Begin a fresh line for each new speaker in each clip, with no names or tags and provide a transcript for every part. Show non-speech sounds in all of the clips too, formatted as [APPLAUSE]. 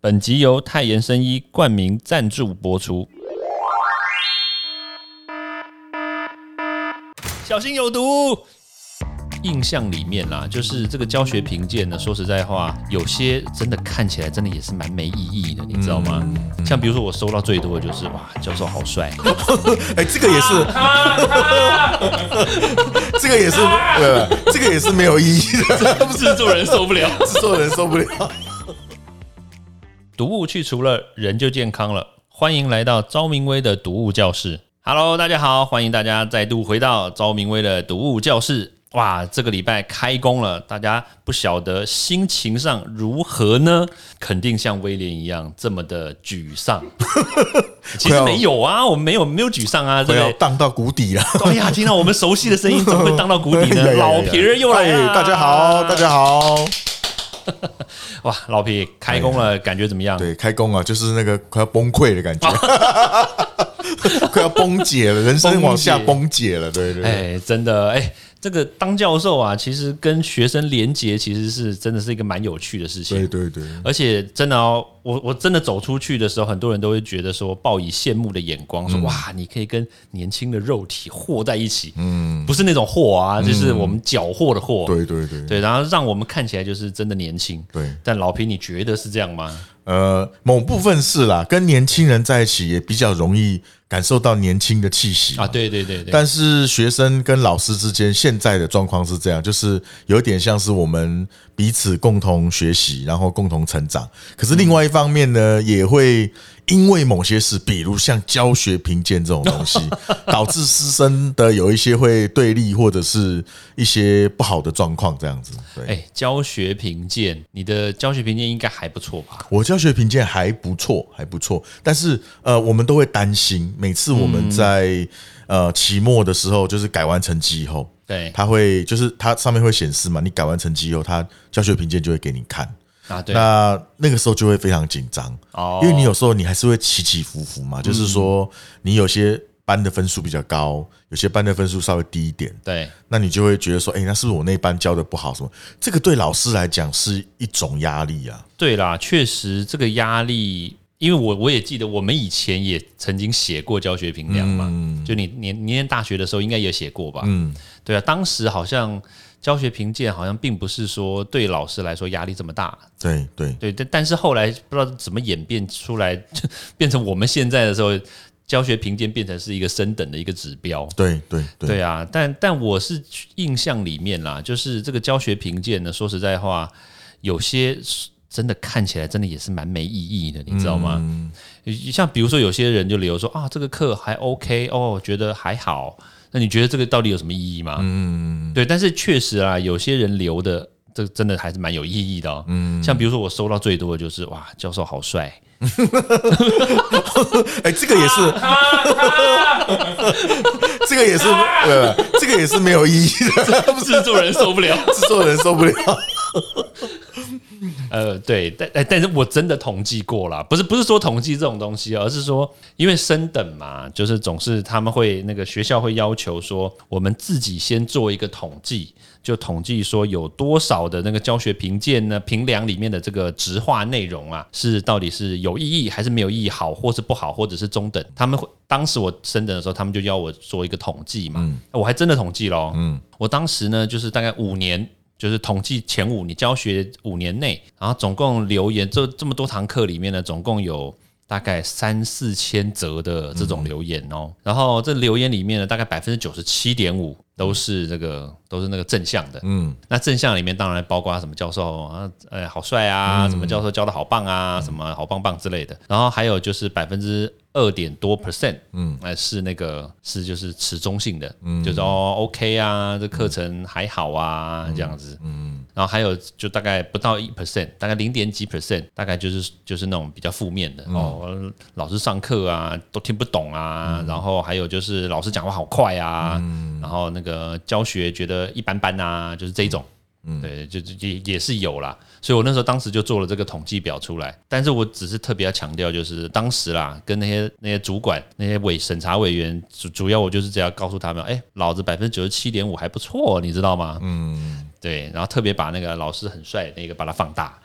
本集由泰妍生医冠名赞助播出。小心有毒！印象里面啦，就是这个教学评鉴呢，说实在话，有些真的看起来真的也是蛮没意义的，你知道吗？像比如说我收到最多的就是哇，教授好帅，
哎，这个也
[LAUGHS]
是，这个也是，
啊
对，不这个也是没有意义的，
制作人 [LAUGHS] 受不了。
制作人受不了。
毒物去除了，人就健康了。欢迎来到昭明威的毒物教室。Hello，大家好，欢迎大家再度回到昭明威的毒物教室。哇，这个礼拜开工了，大家不晓得心情上如何呢？肯定像威廉一样这么的沮
[LAUGHS]
丧。其实没有啊，我们没有没有沮丧啊，对
快
不
要
对？
荡到谷底了。
哎呀，听到我们熟悉的声音，怎么会荡到谷底
呀呀 [LAUGHS]
呢？
呀
老皮儿又来了、
哎大家好，大家好。
哇，老皮开工了，感觉怎么样？
对，开工啊，就是那个快要崩溃
[LAUGHS]
的感觉，快要崩解了，人生往下崩解了。对对对，
哎，真的哎，这个当教授啊，其实跟学生连接，其实是真的是一个蛮有趣的事
对
情。
对对，
而且真的哦，我我真的走出去的时候，很多人都会觉得说，报以羡慕的眼光，
嗯
说、哇，你可以跟年轻的肉体和在一起，嗯，不是那种和啊，就是我们缴获的获，
对对对
对，然后让我们看起来就是真的年轻。
对。
但老皮，你觉得是这样吗？
呃，某部分是啦，跟年轻人在一起也比较容易感受到年轻的气息
啊，对对对对，
但是学生跟老师之间现在的状况是这样，就是有点像是我们彼此共同学习，然后共同成长。可是另外一方面呢，也会因为某些事，比如像教学评鉴这种
[LAUGHS]
东西，导致师生的有一些会对立，或者是一些不好的状况这样子。对，
哎，教学评鉴，你的教学评鉴应该还不错吧？
我教学评鉴还不错，还不错，但是呃，我们都会担心，每次我
嗯
们在呃期末的时候，就是改完成绩以后。
对
它会就是它上面会显示嘛，你改完成绩以后，它教学评鉴就会给你看。
啊，对，
那那个时候就会非常紧张，
哦
因为你有时候你还是会起起伏伏嘛，就是说你有些班的分数比较高，有些班的分数稍微低一点，
对。
那你就会觉得说，哎，那是不是我那班教的不好？什么？这个对老师来讲是一种压力啊。
对啦，确实这个压力，因为我我也记得我们以前也曾经写过教学评量嘛，就你你你念大学的时候应该也写过吧？嗯，对啊，当时好像教学评鉴好像并不是说对老师来说压力这么大，
对对，
对，但但是后来不知道怎么演变出来， [LAUGHS] 就变成我们现在的时候，教学评鉴变成是一个升等的一个指标。
对对对，
对啊，但但我是印象里面啦，就是这个教学评鉴呢，说实在话，有些是真的看起来真的也是蛮没意义的，你知道吗？像比如说有些人就留说啊，这个课还 OK 哦，觉得还好。那你觉得这个到底有什么意义吗？嗯，对，但是确实啊，有些人留的这真的还是蛮有意义的哦。嗯，像比如说我收到最多的就是哇，教授好 [LAUGHS] 帅，
哎，这个也是， [LAUGHS] 这个也是，呃，这个也是没有意义的， [LAUGHS]
制作人受不了。
制作人受不了。
呃，对，但哎但是我真的统计过啦，不是不是说统计这种东西，哦而是说因为升等嘛，就是总是他们会那个学校会要求说，我们自己先做一个统计，就统计说有多少的那个教学评鉴呢，评量里面的这个直化内容啊，是到底是有意义还是没有意义，好或是不好，或者是中等。他们会当时我升等的时候，他们就要我做一个统计嘛，我还真的统计咯，嗯，我当时呢就是大概五年。就是统计前五，你教学五年内，然后总共留言这这么多堂课里面呢，总共有大概三四千则的这种留言哦。然后这留言里面呢，大概百分之九十七点五都是这个都是那个正向的，嗯，那正向里面当然包括什么教授啊，哎好帅啊，什么教授教的好棒啊，什么好棒棒之类的。然后还有就是百分之二点多 percent，嗯，哎是那个是就是持中性的，嗯，就是哦 OK 啊，这课程还好啊、这样子，嗯，然后还有就大概不到一 percent，大概零点几 percent，大概就是就是那种比较负面的、哦，老师上课啊都听不懂啊，然后还有就是老师讲话好快啊，然后那个教学觉得一般般啊，就是这一种。对，就就也也是有啦，所以我那时候当时就做了这个统计表出来，但是我只是特别要强调，就是当时啦，跟那些那些主管、那些委审查委员，主主要我就是只要告诉他们，哎、老子百分之九十七点五还不错，你知道吗？嗯，对，然后特别把那个老师很帅的那个把它放大。
[LAUGHS]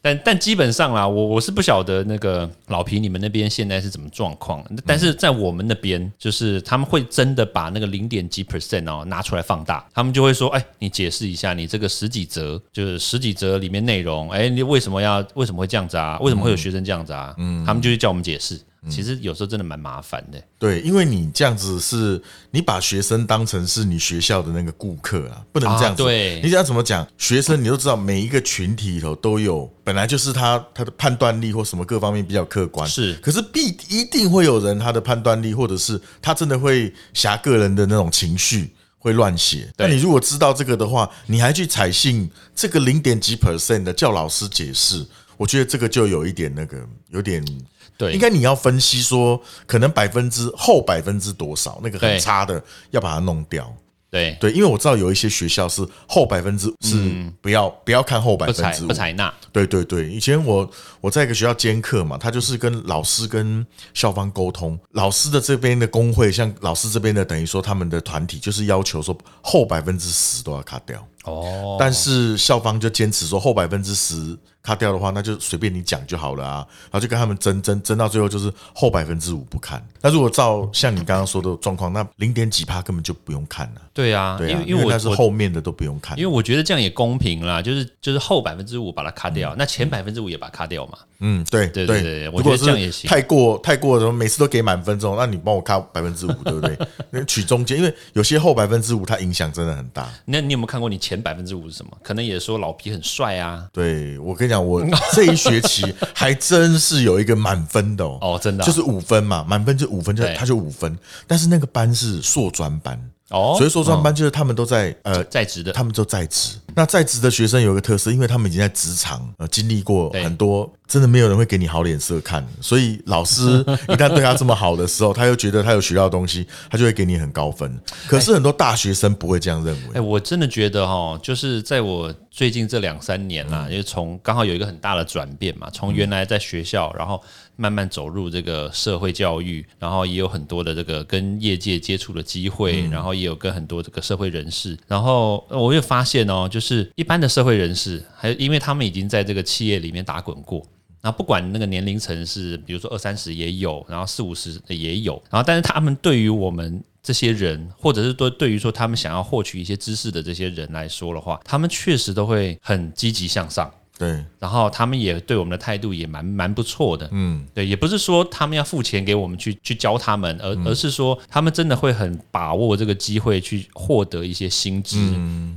但但基本上啦，我我是不晓得那个老皮你们那边现在是怎么状况，但
嗯
是在我们那边，就是他们会真的把那个零点几 percent 哦拿出来放大，他们就会说，哎，你解释一下，你这个十几则就是十几则里面内容，哎，你为什么要为什么会这样子啊？为什么会有学生这样子啊？嗯，他们就会叫我们解释。
嗯
其实有时候真的蛮麻烦的，
对，因为你这样子是，你把学生当成是你学校的那个顾客啊，不能这样子。
啊对
你想怎么讲？学生你都知道，每一个群体里头都有，本来就是他他的判断力或什么各方面比较客观。
是
可是必一定会有人他的判断力，或者是他真的会挟个人的那种情绪。会乱写，
对
但你如果知道这个的话，你还去采信这个零点几 percent 的叫老师解释，我觉得这个就有一点那个，有点
对
应，该你要分析说，可能百分之后百分之多少那个
对
很差的要把它弄掉。
对，
对，因为我知道有一些学校是后百分之是不要不要看后百
不
分
采
之
嗯
五
不，采纳，
对对对，以前我我在一个学校兼课嘛，他就是跟老师跟校方沟通，老师的这边的工会，像老师这边的，等于说他们的团体就是要求说后百分之十都要卡掉，
哦，
但是校方就坚持说后百分之十卡掉的话，那就随便你讲就好了啊，然后就跟他们争争争到最后就是后百分之五不看。那如果照像你刚刚说的状况，那零点几趴根本就不用看了、
对啊，
对
因
啊，
为
因
我
那是
我
后面的都不用看
因为。我觉得这样也公平啦，就是就是后百分之五把它卡掉，那前百分之五也把它卡掉嘛。
嗯，对
对对对
对，
我
如
觉
果
得
是
这样也行
太过太过什么，每次都给满分之后，那你帮我卡百分之五，对不对？ [LAUGHS] 那取中间，因为有些后百分之五它影响真的很大。
那你有没有看过你前百分之五是什么？可能也说老皮很帅啊，
对我跟你讲，我这一学期还真是有一个满分的哦，
哦，真的啊、
就是五分嘛，满分就五分，就
对
他就五分，但是那个班是硕专班，
哦，
所以硕专班就是他们都在呃
在职的
他们都在职。那在职的学生有一个特色，因为他们已经在职场呃经历过
对
很多，真的没有人会给你好脸色看。所以
[LAUGHS]
老师一旦对他这么好的时候，他又觉得他有学到东西，他就会给你很高分。可是很多大学生不会这样认
哎、
为。
我真的觉得哈，就是在我最近这两三年啦，因为从刚好有一个很大的转变嘛，从原来在学校，然后慢慢走入这个社会教育，然后也有很多的这个跟业界接触的机会，然后也有跟很多这个社会人士，然后呃我又发现哦，就是一般的社会人士，还有因为他们已经在这个企业里面打滚过，然后不管那个年龄层是，比如说二三十也有，然后四五十的也有，然后但是他们对于我们这些人，或者是对对于说他们想要获取一些知识的这些人来说的话，他们确实都会很积极向上。
对，
然后他们也对我们的态度也蛮蛮不错的，
嗯，
对，也不是说他们要付钱给我们去去教他们，而、而是说他们真的会很把握这个机会去获得一些新知。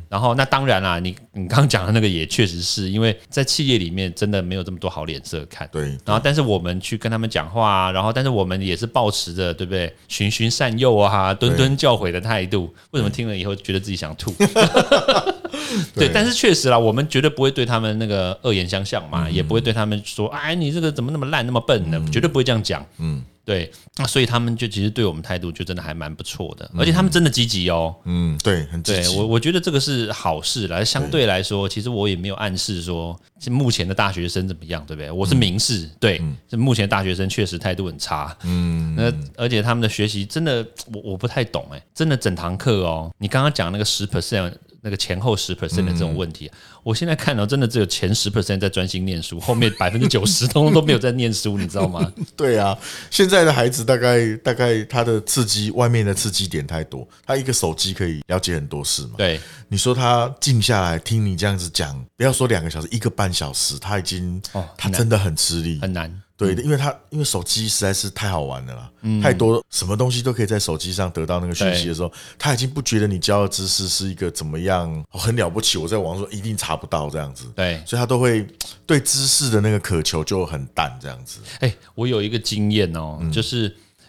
然后那当然啦，你你刚刚讲的那个也确实是因为在企业里面真的没有这么多好脸色看，
对，
然后，但是我们去跟他们讲话啊，然后，但是我们也是保持着对不对循循善诱啊、谆谆教诲的态度。为什么听了以后觉得自己想吐？对，但是确实啦，我们绝对不会对他们那个恶言相向嘛，也不会对他们说，哎，你这个怎么那么烂、那么笨呢？绝对不会这样讲。嗯，对，那所以他们就其实对我们态度就真的还蛮不错的，而且他们真的积极哦。
嗯，对，很积
对
极
我，。我觉得这个是好事啦。相对来说，其实我也没有暗示说是目前的大学生怎么样，对不对？我是明示，对，这目前的大学生确实态度很差。嗯，那而且他们的学习真的，我我不太懂哎、真的整堂课哦，你刚刚讲那个十 percent。那个前后十 percent 的这种问题，我现在看到、真的只有前十 percent 在专心念书，后面百分之九十 [LAUGHS] 通通都没有在念书，你知道 [LAUGHS] 吗？
对啊，现在的孩子大概大概他的刺激外面的刺激点太多，他一个手机可以了解很多事嘛。
对，
你说他静下来听你这样子讲，不要说两个小时，一个半小时，他已经，
哦哎
他真的很吃力，
很难。
对，因为他因为手机实在是太好玩了啦，
嗯
太多什么东西都可以在手机上得到那个讯息的时候，他已经不觉得你教的知识是一个怎么样哦很了不起，我在网上说一定查不到这样子，
[LAUGHS] 对，
所以他都会对知识的那个渴求就很淡这样子。嗯
哎、我有一个经验哦，就是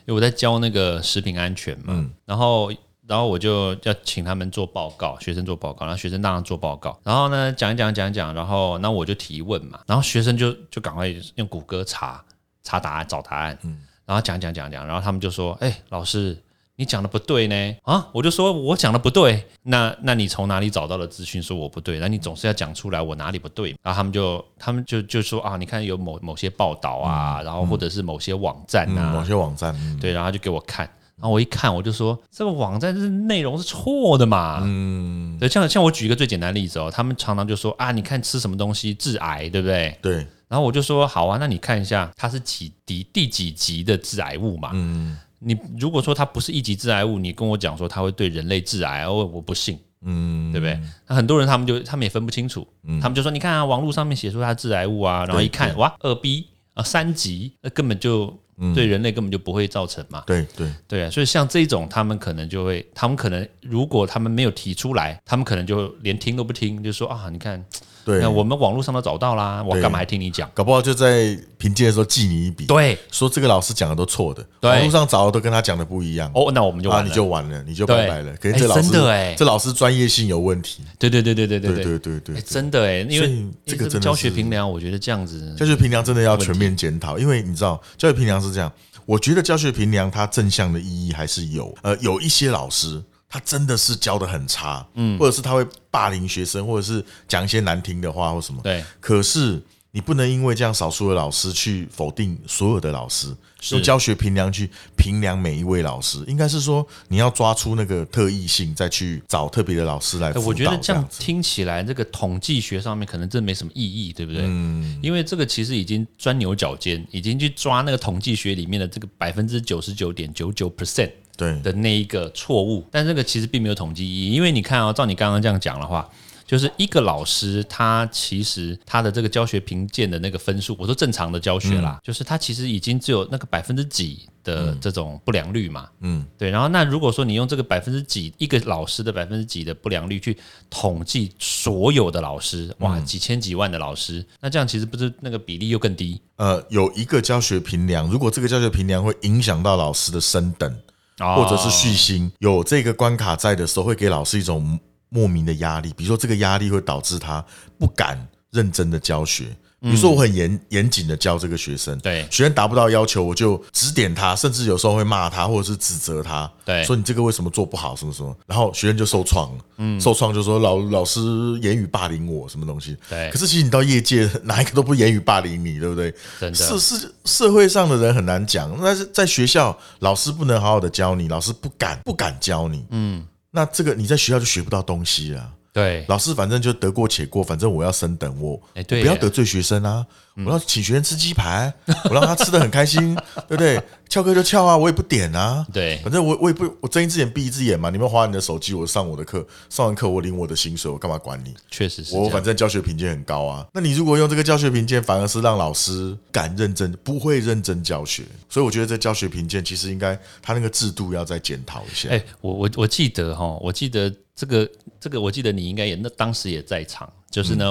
因为我在教那个食品安全嘛，然后然后我就要请他们做报告，学生做报告，然后学生当然做报告，然后呢讲一讲讲一讲，然后那我就提问嘛，然后学生就就赶快用谷歌查查答案找答案，
嗯
然后讲讲讲讲，然后他们就说，哎、老师。你讲的不对呢啊！我就说我讲的不对，那那你从哪里找到的资讯说我不对？那你总是要讲出来我哪里不对。然后他们就他们就就说啊，你看有某某些报道啊，然后或者是某些网站
嗯，
啊
某，些网站，嗯
对，然后他就给我看，然后我一看，我就说这个网站是内容是错的嘛。
嗯，
对，像像我举一个最简单的例子哦，他们常常就说啊，你看吃什么东西致癌，对不对？
对，
然后我就说好啊，那你看一下它是几第第几级的致癌物嘛？
嗯
你如果说它不是一级致癌物，你跟我讲说它会对人类致癌，哦我我不信，
嗯，
对不对？那很多人他们就他们也分不清楚，
嗯
他们就说你看啊，网络上面写出它致癌物啊，然后一看
对
哇，二 B 啊三级，那根本就
嗯
对人类根本就不会造成嘛。
对对，
对啊，所以像这种，他们可能就会，他们可能如果他们没有提出来，他们可能就连听都不听，就说啊，你看，
对，
那我们网络上都找到啦，我
对
干嘛还听你讲？
搞不好就在评鉴的时候记你一笔，
对，
说这个老师讲的都错的，
对
网络上找的都跟他讲的不一样，
哦，那我们就
啊，
完
你
了。
就完了，你就
对
拜拜了。可
哎
是这老师
真的哎，
这老师专业性有问题，
对对对对对对
对对对
哎
对，
真的哎，因
所以
为
这个
因为
真的
教学
是
评量，我觉得这样子
教学评量真的要全面检讨，因为你知道教学评量是这样，我觉得教学评量它正向的意义还是有，呃，有一些老师他真的是教的很差，嗯，或者是他会霸凌学生，或者是讲一些难听的话或什么，
对
可是你不能因为这样少数的老师去否定所有的老师，用教学评量去评量每一位老师，应该是说你要抓出那个特异性，再去找特别的老师来
哎
辅
我觉
导
得
这
这
样
样
子。
听起来，这个统计学上面可能真没什么意义，对不对？
嗯
因为这个其实已经钻牛角尖，已经去抓那个统计学里面的这个百分之九十九点九九 percent
对
的那一个错误，但这个其实并没有统计意义，因为你看啊、照你刚刚这样讲的话。就是一个老师，他其实他的这个教学评鉴的那个分数，我说正常的教学
嗯
啦，就是他其实已经只有那个百分之几的这种不良率嘛，
嗯
嗯，对。然后那如果说你用这个百分之几一个老师的百分之几的不良率去统计所有的老师，
嗯
哇，几千几万的老师，那这样其实不是那个比例又更低
呃，有一个教学评量，如果这个教学评量会影响到老师的升等
哦
或者是续薪，有这个关卡在的时候，会给老师一种莫名的压力。比如说，这个压力会导致他不敢认真的教学。比如说，我很严严谨的教这个学生，
嗯对
学生达不到要求，我就指点他，甚至有时候会骂他，或者是指责他，
对
说你这个为什么做不好，什么什么，然后学生就受创，嗯，受创就说老老师言语霸凌我什么东西，
对
可是其实你到业界 [LAUGHS] 哪一个都不言语霸凌你，对不对？
真的
是是社会上的人很难讲，但是在学校老师不能好好的教你，老师不敢不敢教你，嗯，那这个你在学校就学不到东西了。
对，
老师反正就得过且过，反正我要升等我，
哎对
我不要
耶嗯
得罪学生啊！我要请学生吃鸡排， [LAUGHS] 我让他吃的很开心，对不对？翘课就翘啊，我也不点啊。
对
反正我我也不我睁一只眼闭一只眼嘛，你们划你的手机，我上我的课，上完课我领我的薪水，我干嘛管你？
确实是这
我
样。
反正教学评鉴很高啊。那你如果用这个教学评鉴，反而是让老师敢认真，不会认真教学。所以我觉得这教学评鉴其实应该他那个制度要再检讨一下。
哎、我我我记得哈，我记得这个这个，我记得你应该也那当时也在场，就是呢，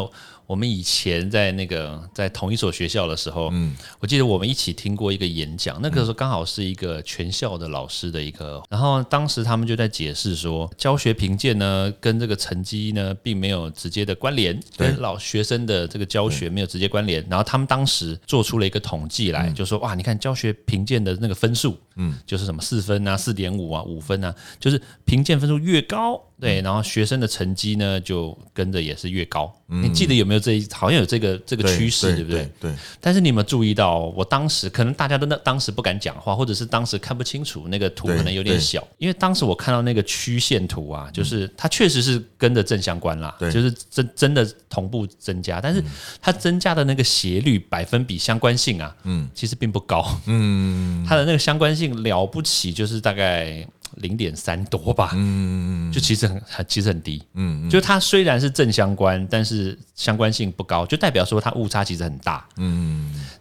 我们以前在那个在同一所学校的时候，嗯，我记得我们一起听过一个演讲，那个时候刚好是一个全校的老师的一个，然后当时他们就在解释说，教学评鉴呢跟这个成绩呢并没有直接的关联，跟老学生的这个教学没有直接关联，然后他们当时做出了一个统计
嗯
来，就说哇，你看教学评鉴的那个分数，就是什么四分啊、四点五啊、五分啊，就是评鉴分数越
嗯
高，对，然后学生的成绩呢就跟着也是越高。你记得有没有这一好像有这个这个
嗯对
趋势，
对
对不对？
对，
但是你有没有注意到哦，我当时可能大家都那当时不敢讲话，或者是当时看不清楚那个图，
对
可能有点
对
小，因为当时我看到那个曲线图啊，就是它确实是跟着正相关啦，
对
就是真真的同步增加，但是它增加的那个斜率百分比相关性啊，嗯，其实并不高，嗯，它的那个相关性了不起，就是大概。零点三多吧，嗯，就其实很很其实很低，嗯，就它虽然是正相关，但是相关性不高，就代表说它误差其实很大，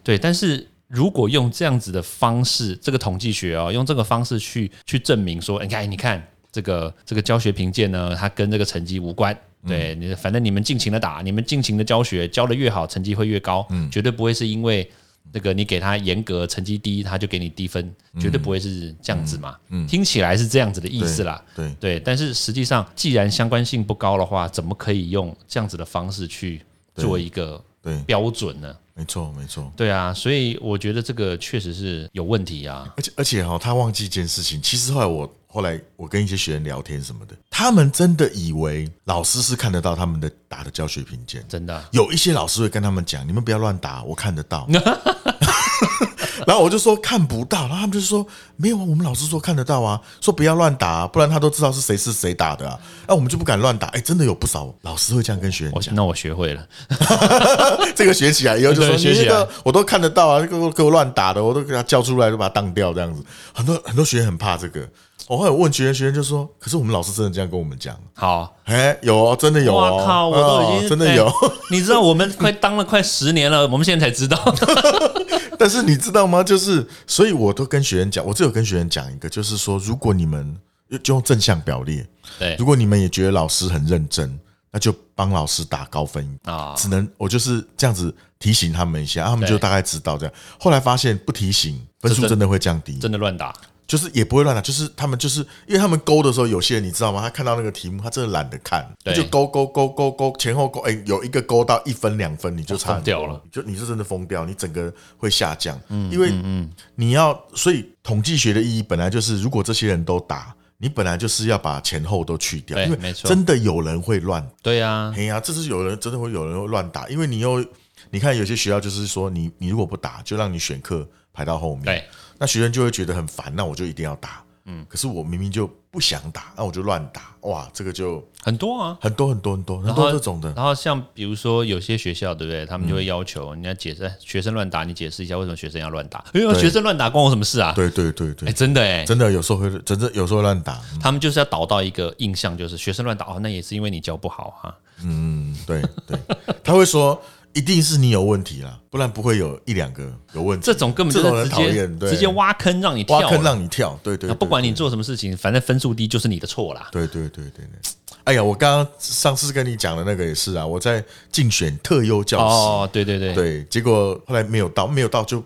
对，但是如果用这样子的方式，这个统计学哦，用这个方式去去证明说，哎你看，你看这个这个教学评鉴呢，它跟这个成绩无关。对你，反正你们尽情的打，你们尽情的教学，教的越好，成绩会越高，绝对不会是因为那个你给他严格，成绩低他就给你低分，绝对不会是这样子嘛。听起来是这样子的意思啦。
对
对，但是实际上，既然相关性不高的话，怎么可以用这样子的方式去做一个
对，
标准呢？
没错没错。
对啊，所以我觉得这个确实是有问题啊。
而且而且哈、他忘记一件事情。其实后来我后来我跟一些学员聊天什么的，他们真的以为老师是看得到他们的打的教学评鉴。
真的啊，
有一些老师会跟他们讲：“你们不要乱打，我看得到。” [LAUGHS] 然后我就说看不到，然后他们就说没有啊，我们老师说看得到啊，说不要乱打、不然他都知道是谁是谁打的啊。那、我们就不敢乱打。哎，真的有不少老师会这样跟学员
我
讲，
那我学会了，
这个学起来以后就说
对学
你
起
那
来
个我都看得到啊，给我给我乱打的，我都给他叫出来，就把他当掉这样子。很多很多学员很怕这个。我后来问学员，学员就说：“可是我们老师真的这样跟我们讲，
好，
哎，有哦，真的有哦，
哇靠，我都已
哦
经
真的有。
哎 [LAUGHS] 你知道我们快当了快十年了，我们现在才知
[LAUGHS]
道，
但是你知道吗？就是，所以我都跟学员讲，我只有跟学员讲一个，就是说，如果你们就用正向表列，
对
如果你们也觉得老师很认真，那就帮老师打高分。
啊，
只能我就是这样子提醒他们一下，啊他们
对
就大概知道这样。后来发现不提醒，分
这
数
真
真的会降低，
真的乱打，
就是也不会乱打，就是他们就是因为他们勾的时候，有些人你知道吗？他看到那个题目，他真的懒得看，他
对
就勾勾勾勾勾前后勾，哎、有一个勾到一分两分，你就差很多
疯掉了，嗯
就你是真的疯掉，你整个会下降，因为你要，所以统计学的意义本来就是，如果这些人都打。你本来就是要把前后都去掉，
对
因
没
为
错
真的有人会乱
对啊，
哎呀，这是有人真的会有人会乱打，因为你又你看有些学校就是说你你如果不打，就让你选课排到后面
对，
那学生就会觉得很烦，那我就一定要打，嗯，可是我明明就不想打，那我就乱打，哇，这个就
很多啊。
很多很多很多很
然后啊
多这种的，
然后像比如说有些学校，对不对？他们就会
嗯
要求人家解释，哎学生乱打，你解释一下为什么学生要乱打？因为学生乱打关我什么事啊？
对对对
哎，
对，
真的哎，
真的有时候会真的有时候乱打，嗯
他们就是要导到一个印象，就是学生乱打哦，那也是因为你教不好啊。
嗯，对对，他会说一定是你有问题啦，不然不会有一两个有问题，
这种根本就
这种
是
很
直
讨
接
厌，对，
直接挖坑让你跳
挖
了，
坑让你跳，对对，
那
对
不管你做什么事情，反正分数低就是你的错啦。
对对对对对。哎呀，我刚刚上次跟你讲的那个也是啊，我在竞选特优教师，
哦，对对对，
对，结果后来没有到，没有到就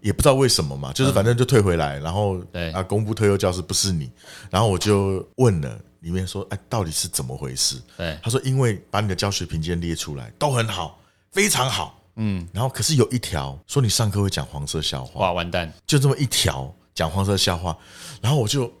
也不知道为什么嘛，就是反正就退回来，然后
嗯对
啊，公布特优教师不是你，然后我就问了里面说，哎，到底是怎么回事？
对
他说，因为把你的教学评鉴列出来都很好，非常好，嗯，然后可是有一条说你上课会讲黄色笑话，
哇，完蛋，
就这么一条讲黄色笑话，然后我就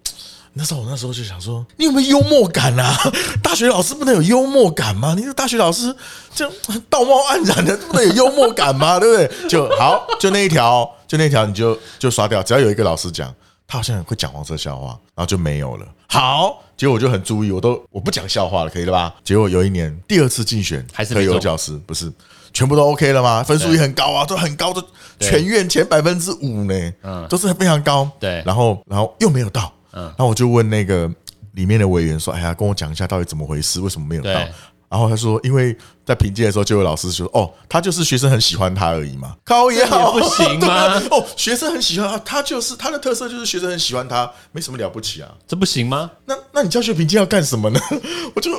那时候我那时候就想说，你有没有幽默感啊？ [LAUGHS] 大学老师不能有幽默感吗？你这个大学老师这样道貌岸然的，不能有幽默感吗？ [LAUGHS] 对不对？就好，就那一条，就那一条，你就就刷掉。只要有一个老师讲，他好像会讲黄色笑话，然后就没有了。好，结果我就很注意，我都我不讲笑话了，可以了吧？结果有一年第二次竞选，
还是没
退
中
休教师，不是全部都 OK 了吗？分数也很高啊，都很高，都全院前百分之五呢，
嗯
都是非常高。
对
然后然后又没有到，
嗯
然后我就问那个里面的委员说：“哎呀，跟我讲一下到底怎么回事，为什么没有到
对？”
然后他说：“因为在评鉴的时候，就有老师说，哦，他就是学生很喜欢他而已嘛，高也好
这也不行吗
[LAUGHS] 对啊哦，学生很喜欢他，他就是他的特色就是学生很喜欢他，没什么了不起啊。
这不行吗？
那那你教学评鉴要干什么呢？ [LAUGHS] 我就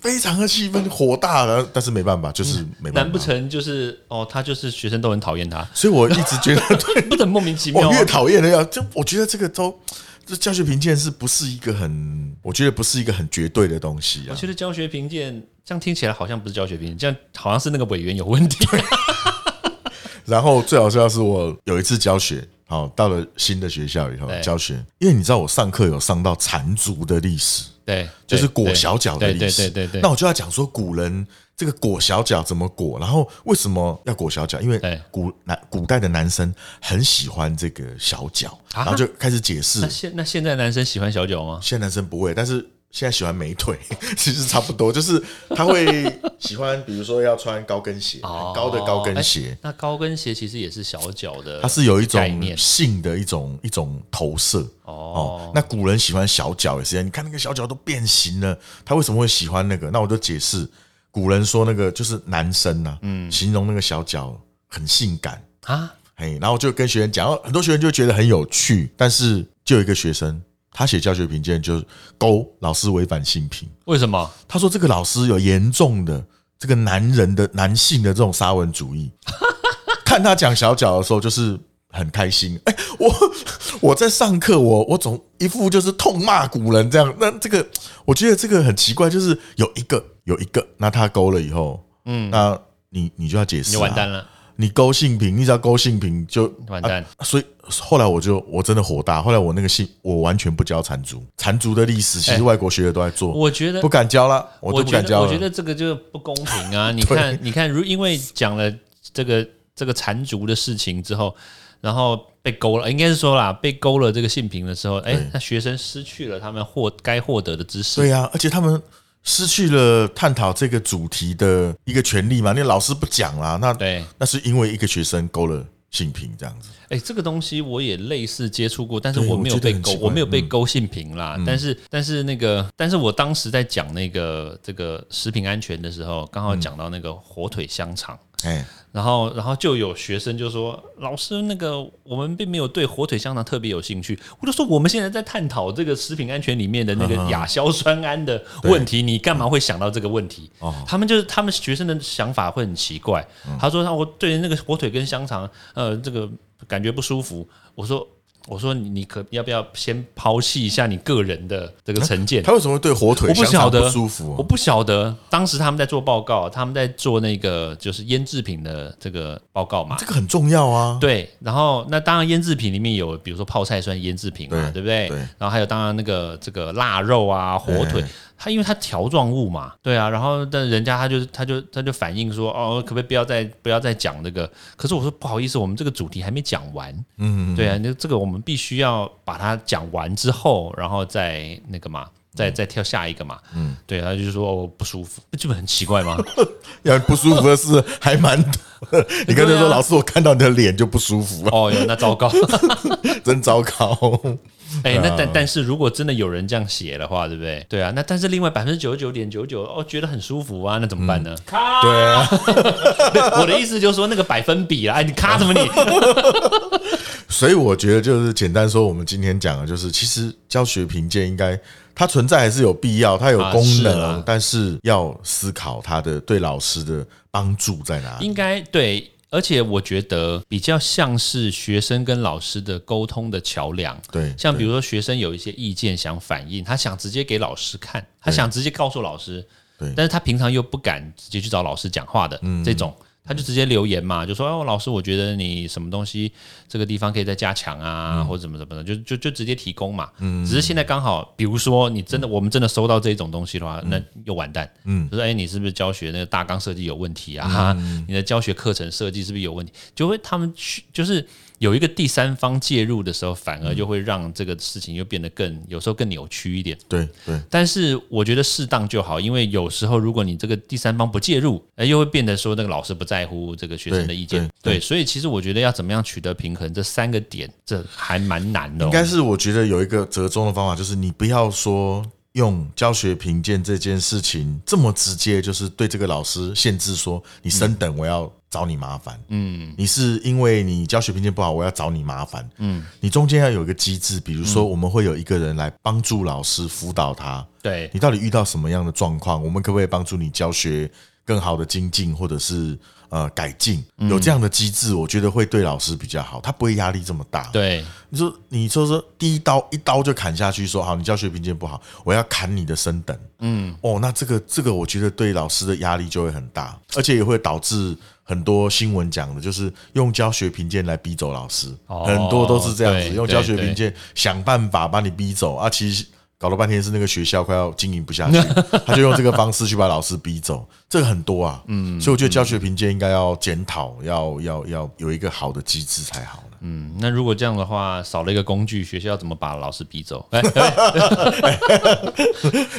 非常的气愤，火大了，但是没办法，就是没办法。
嗯难不成就是哦，他就是学生都很讨厌
[LAUGHS]
他，
所以我一直觉得，
[LAUGHS]
对，
不能莫名其妙
我
啊
越讨厌的要，就我觉得这个都，这教学评鉴是不是一个很，我觉得不是一个很绝对的东西
我
啊。
觉得教学评鉴这样听起来好像不是教学评鉴，这样好像是那个委员有问题。
然后最好笑的是我有一次教学，好到了新的学校以后
对
教学，因为你知道我上课有上到缠足的历史，
对，
就是
对
裹小脚的
对
历
对
史。
对对对
那
对，
我就要讲说古人这个裹小脚怎么裹，然后为什么要裹小脚？因
对
为古男古代的男生很喜欢这个小脚，
啊
然后就开始解释
那。现那现在男生喜欢小脚吗？
现在男生不会，但是现在喜欢美腿， [LAUGHS] 其实差不多，就是他会喜欢，比如说要穿高跟鞋，
哦
很高的高跟鞋
哎，那高跟鞋其实也是小脚的，
它是有一
概
种
念
性的一种一种投射。
哦
哦，那古人喜欢小脚也是一样，你看那个小脚都变形了，他为什么会喜欢那个？那我就解释，古人说那个就是男生呐、嗯，形容那个小脚很性感，
啊，
嘿，然后就跟学员讲，很多学员就觉得很有趣，但是就有一个学生，他写教学评鉴就是勾老师违反性平，
为什么？
他说这个老师有严重的这个男人的男性的这种沙文主义。 [LAUGHS] 看他讲小脚的时候，就是很开心。哎、我我在上课，我我总一副就是痛骂古人这样。那这个我觉得这个很奇怪，就是有一个有一个，那他勾了以后，嗯，那你你就要解释、啊
你完蛋，了，
你勾性平，你只要勾性平就
完蛋。
所以后来我就我真的火大，后来我那个性我完全不教缠足，缠足的历史其实
哎
外国学者都在做，
我觉得
不敢教了，我
呃我
都不
觉
敢
得
教
我
了 [LAUGHS]
觉。得这个就不公平啊！你看，你看，如因为讲了这个。这个缠足的事情之后，然后被勾了，应该是说啦，被勾了这个性平的时候，哎、那学生失去了他们获该获得的知识。
对啊呀、而且他们失去了探讨这个主题的一个权利嘛，那老师不讲啦，那
对
那是因为一个学生勾了性平这样子，
哎、这个东西我也类似接触过，但是
对
我没有
我觉
被
得很
勾，
奇
我
怪嗯
没有被勾性平啦。但是，但是那个，但是我当时在讲那个这个食品安全的时候，刚
嗯
好讲到那个火腿香肠。
哎，
然后，然后就有学生就说：“老师，那个我们并没有对火腿香肠特别有兴趣。”我就说：“我们现在在探讨这个食品安全里面的那
嗯
个亚硝酸胺的问题，你干嘛会想到这个问题？”他们就是
哦
他们学生的想法会很奇怪。
嗯
他说：“他我对那个火腿跟香肠，呃，这个感觉不舒服。”我说。我说你你可要不要先抛弃一下你个人的这个成见？
他为什么会对火腿
我不
香
晓
肠
得
不舒服、
我
啊？
不晓得当时他们在做报告，他们在做那个就是腌制品的这个报告嘛
这。个很重要啊，
对，然后那当然腌制品里面有，比如说泡菜算腌制品嘛，对
对
不对？
对
然后还有当然那个这个腊肉啊、火腿
哎，
它因为它条状物嘛，对啊。然后但人家他就他就他就反映说，哦，可不可以不要再不要再讲这个？可是我说不好意思，我们这个主题还没讲完，
嗯，
对啊，那这个我们必须要把它讲完之后，然后再那个嘛，再再跳下一个嘛。嗯，对，他就是说我不舒服，这不很奇怪吗？
要不舒服的事还蛮多。你跟他
对啊
说，老师，我看到你的脸就不舒服了，
哦哟，那糟糕。
真糟糕。
哎、那但但是如果真的有人这样写的话，对不对？对啊，那但是另外百分之九十九点九九哦，觉得很舒服啊，那怎么办呢？
对啊，
我的意思就是说那个百分比啊，哎，你卡什么你？
所以我觉得就是简单说，我们今天讲的就是，其实教学评鉴应该它存在还是有必要，它有功能，
啊是啊
但是要思考它的对老师的帮助在哪里。
应该对。而且我觉得比较像是学生跟老师的沟通的桥梁，
对，
像比
如
如说学生有一些意见想反映，他想直接给老师看，他想直接告诉老师，
对
但是他平常又不敢直接去找老师讲话的、这种。他就直接留言嘛，就说哦，老师，我觉得你什么东西这个地方可以再加强啊，或者怎么怎么的，就就就直接提供嘛。只是现在刚好，比如说你真的、我们真的收到这种东西的话，那又完蛋。嗯，就说哎，你是不是教学那个大纲设计有问题啊？ [LAUGHS] 你的教学课程设计是不是有问题？就会他们去就是有一个第三方介入的时候，反而就会让这个事情又变得更有时候更扭曲一点。
对对
但是我觉得适当就好，因为有时候如果你这个第三方不介入，哎，又会变得说那个老师不在乎这个学生的意见。
对
对，所以其实我觉得要怎么样取得平衡，这三个点这还蛮难的、哦
应。该是我觉得有一个折中的方法，就是你不要说用教学评鉴这件事情这么直接，就是对这个老师限制说你升等，我要找你麻烦。嗯，你是因为你教学评鉴不好，我要找你麻烦。嗯，你中间要有一个机制，比如说我们会有一个人来帮助老师辅导他，
对
你到底遇到什么样的状况？我们可不可以帮助你教学更好的精进，或者是呃改进？有这样的机制，我觉得会对老师比较好，他不会压力这么大。
对
你说，你说说，第一刀一刀就砍下去说好，你教学评鉴不好，我要砍你的升等。嗯，哦，那这个这个，我觉得对老师的压力就会很大，而且也会导致很多新闻讲的，就是用教学评鉴来逼走老师，
哦
很多都是这样子，
对
用教学评鉴想办法把你逼走啊，其实。搞了半天是那个学校快要经营不下去，他就用这个方式去把老师逼走，这个很多啊，嗯，所以我觉得教学评鉴应该要检讨，要要要有一个好的机制才好呢。
嗯，那如果这样的话，少了一个工具，学校怎么把老师逼走？
[LAUGHS]
哎，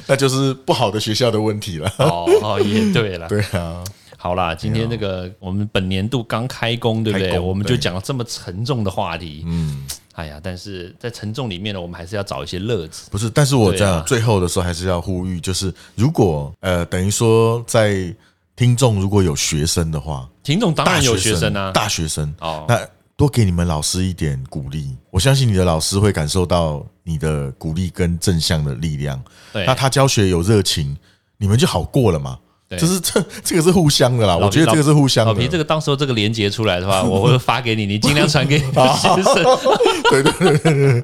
那就是不好的学校的问题了。
哦哦，也对了。
[LAUGHS] 对啊，
好啦，今天这个我们本年度刚开工，对不
开
对？
工
我们就
对
讲了这么沉重的话题，嗯，哎呀，但是在沉重里面呢，我们还是要找一些乐子。
[LAUGHS] 不是，但是我这
对
样、
啊
最后的时候还是要呼吁，就是如果呃，等于说在听众如果有学生的话，
秦总当
大
然有
学
学生啊，
大学生
哦
那多给你们老师一点鼓励，我相信你的老师会感受到你的鼓励跟正向的力量。
对，
那他教学有热情，你们就好过了嘛。
对
就是这这个是互相的啦，
老
我觉得
老
这个是互相
老
的。
皮这个到时候这个连接出来的
[LAUGHS]
话，我会发给你，你尽量传给你的学生。
对对对对对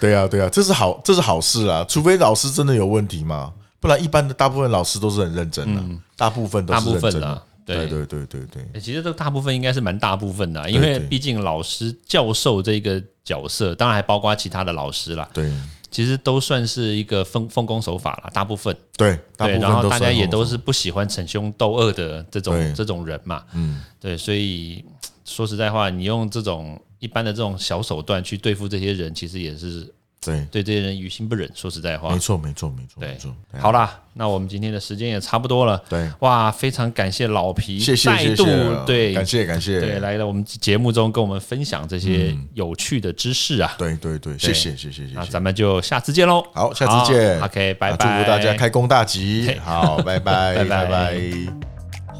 对啊对啊，这是好这是好事啊，除非老师真的有问题嘛，不然一般的大部分老师都是很认真的、大部分都
嗯大
是
部
认
分
真
啦
的，
对
对对对对对，
欸其实这大部分应该是蛮大部分的啊，因为
对对
毕竟老师、教授这个角色，当然还包括其他的老师啦，
对
其实都算是一个奉奉公守法啦，大部分。
对，大
对，
部分
然后大家也
很好
都是不喜欢逞凶斗恶的这种
对
这种人嘛，
嗯
对，所以说实在话，你用这种一般的这种小手段去对付这些人，其实也是
对，
对这些人于心不忍。说实在话
没，错，没错，没错，
对
没错。对啊
好啦，那我们今天的时间也差不多了。
对，
哇，非常感谢老皮
谢谢，
再
谢
度
谢，啊
对
感谢，感谢，
对，来到我们节目中跟我们分享这些有趣的知识啊。
对，对，对，谢谢，谢嗯谢，谢
那
谢。
咱们就下次见喽。
好，下次见。
OK，拜拜。
啊祝福大家开工大吉
嘿。
好，拜拜，
[LAUGHS] 拜拜
拜拜。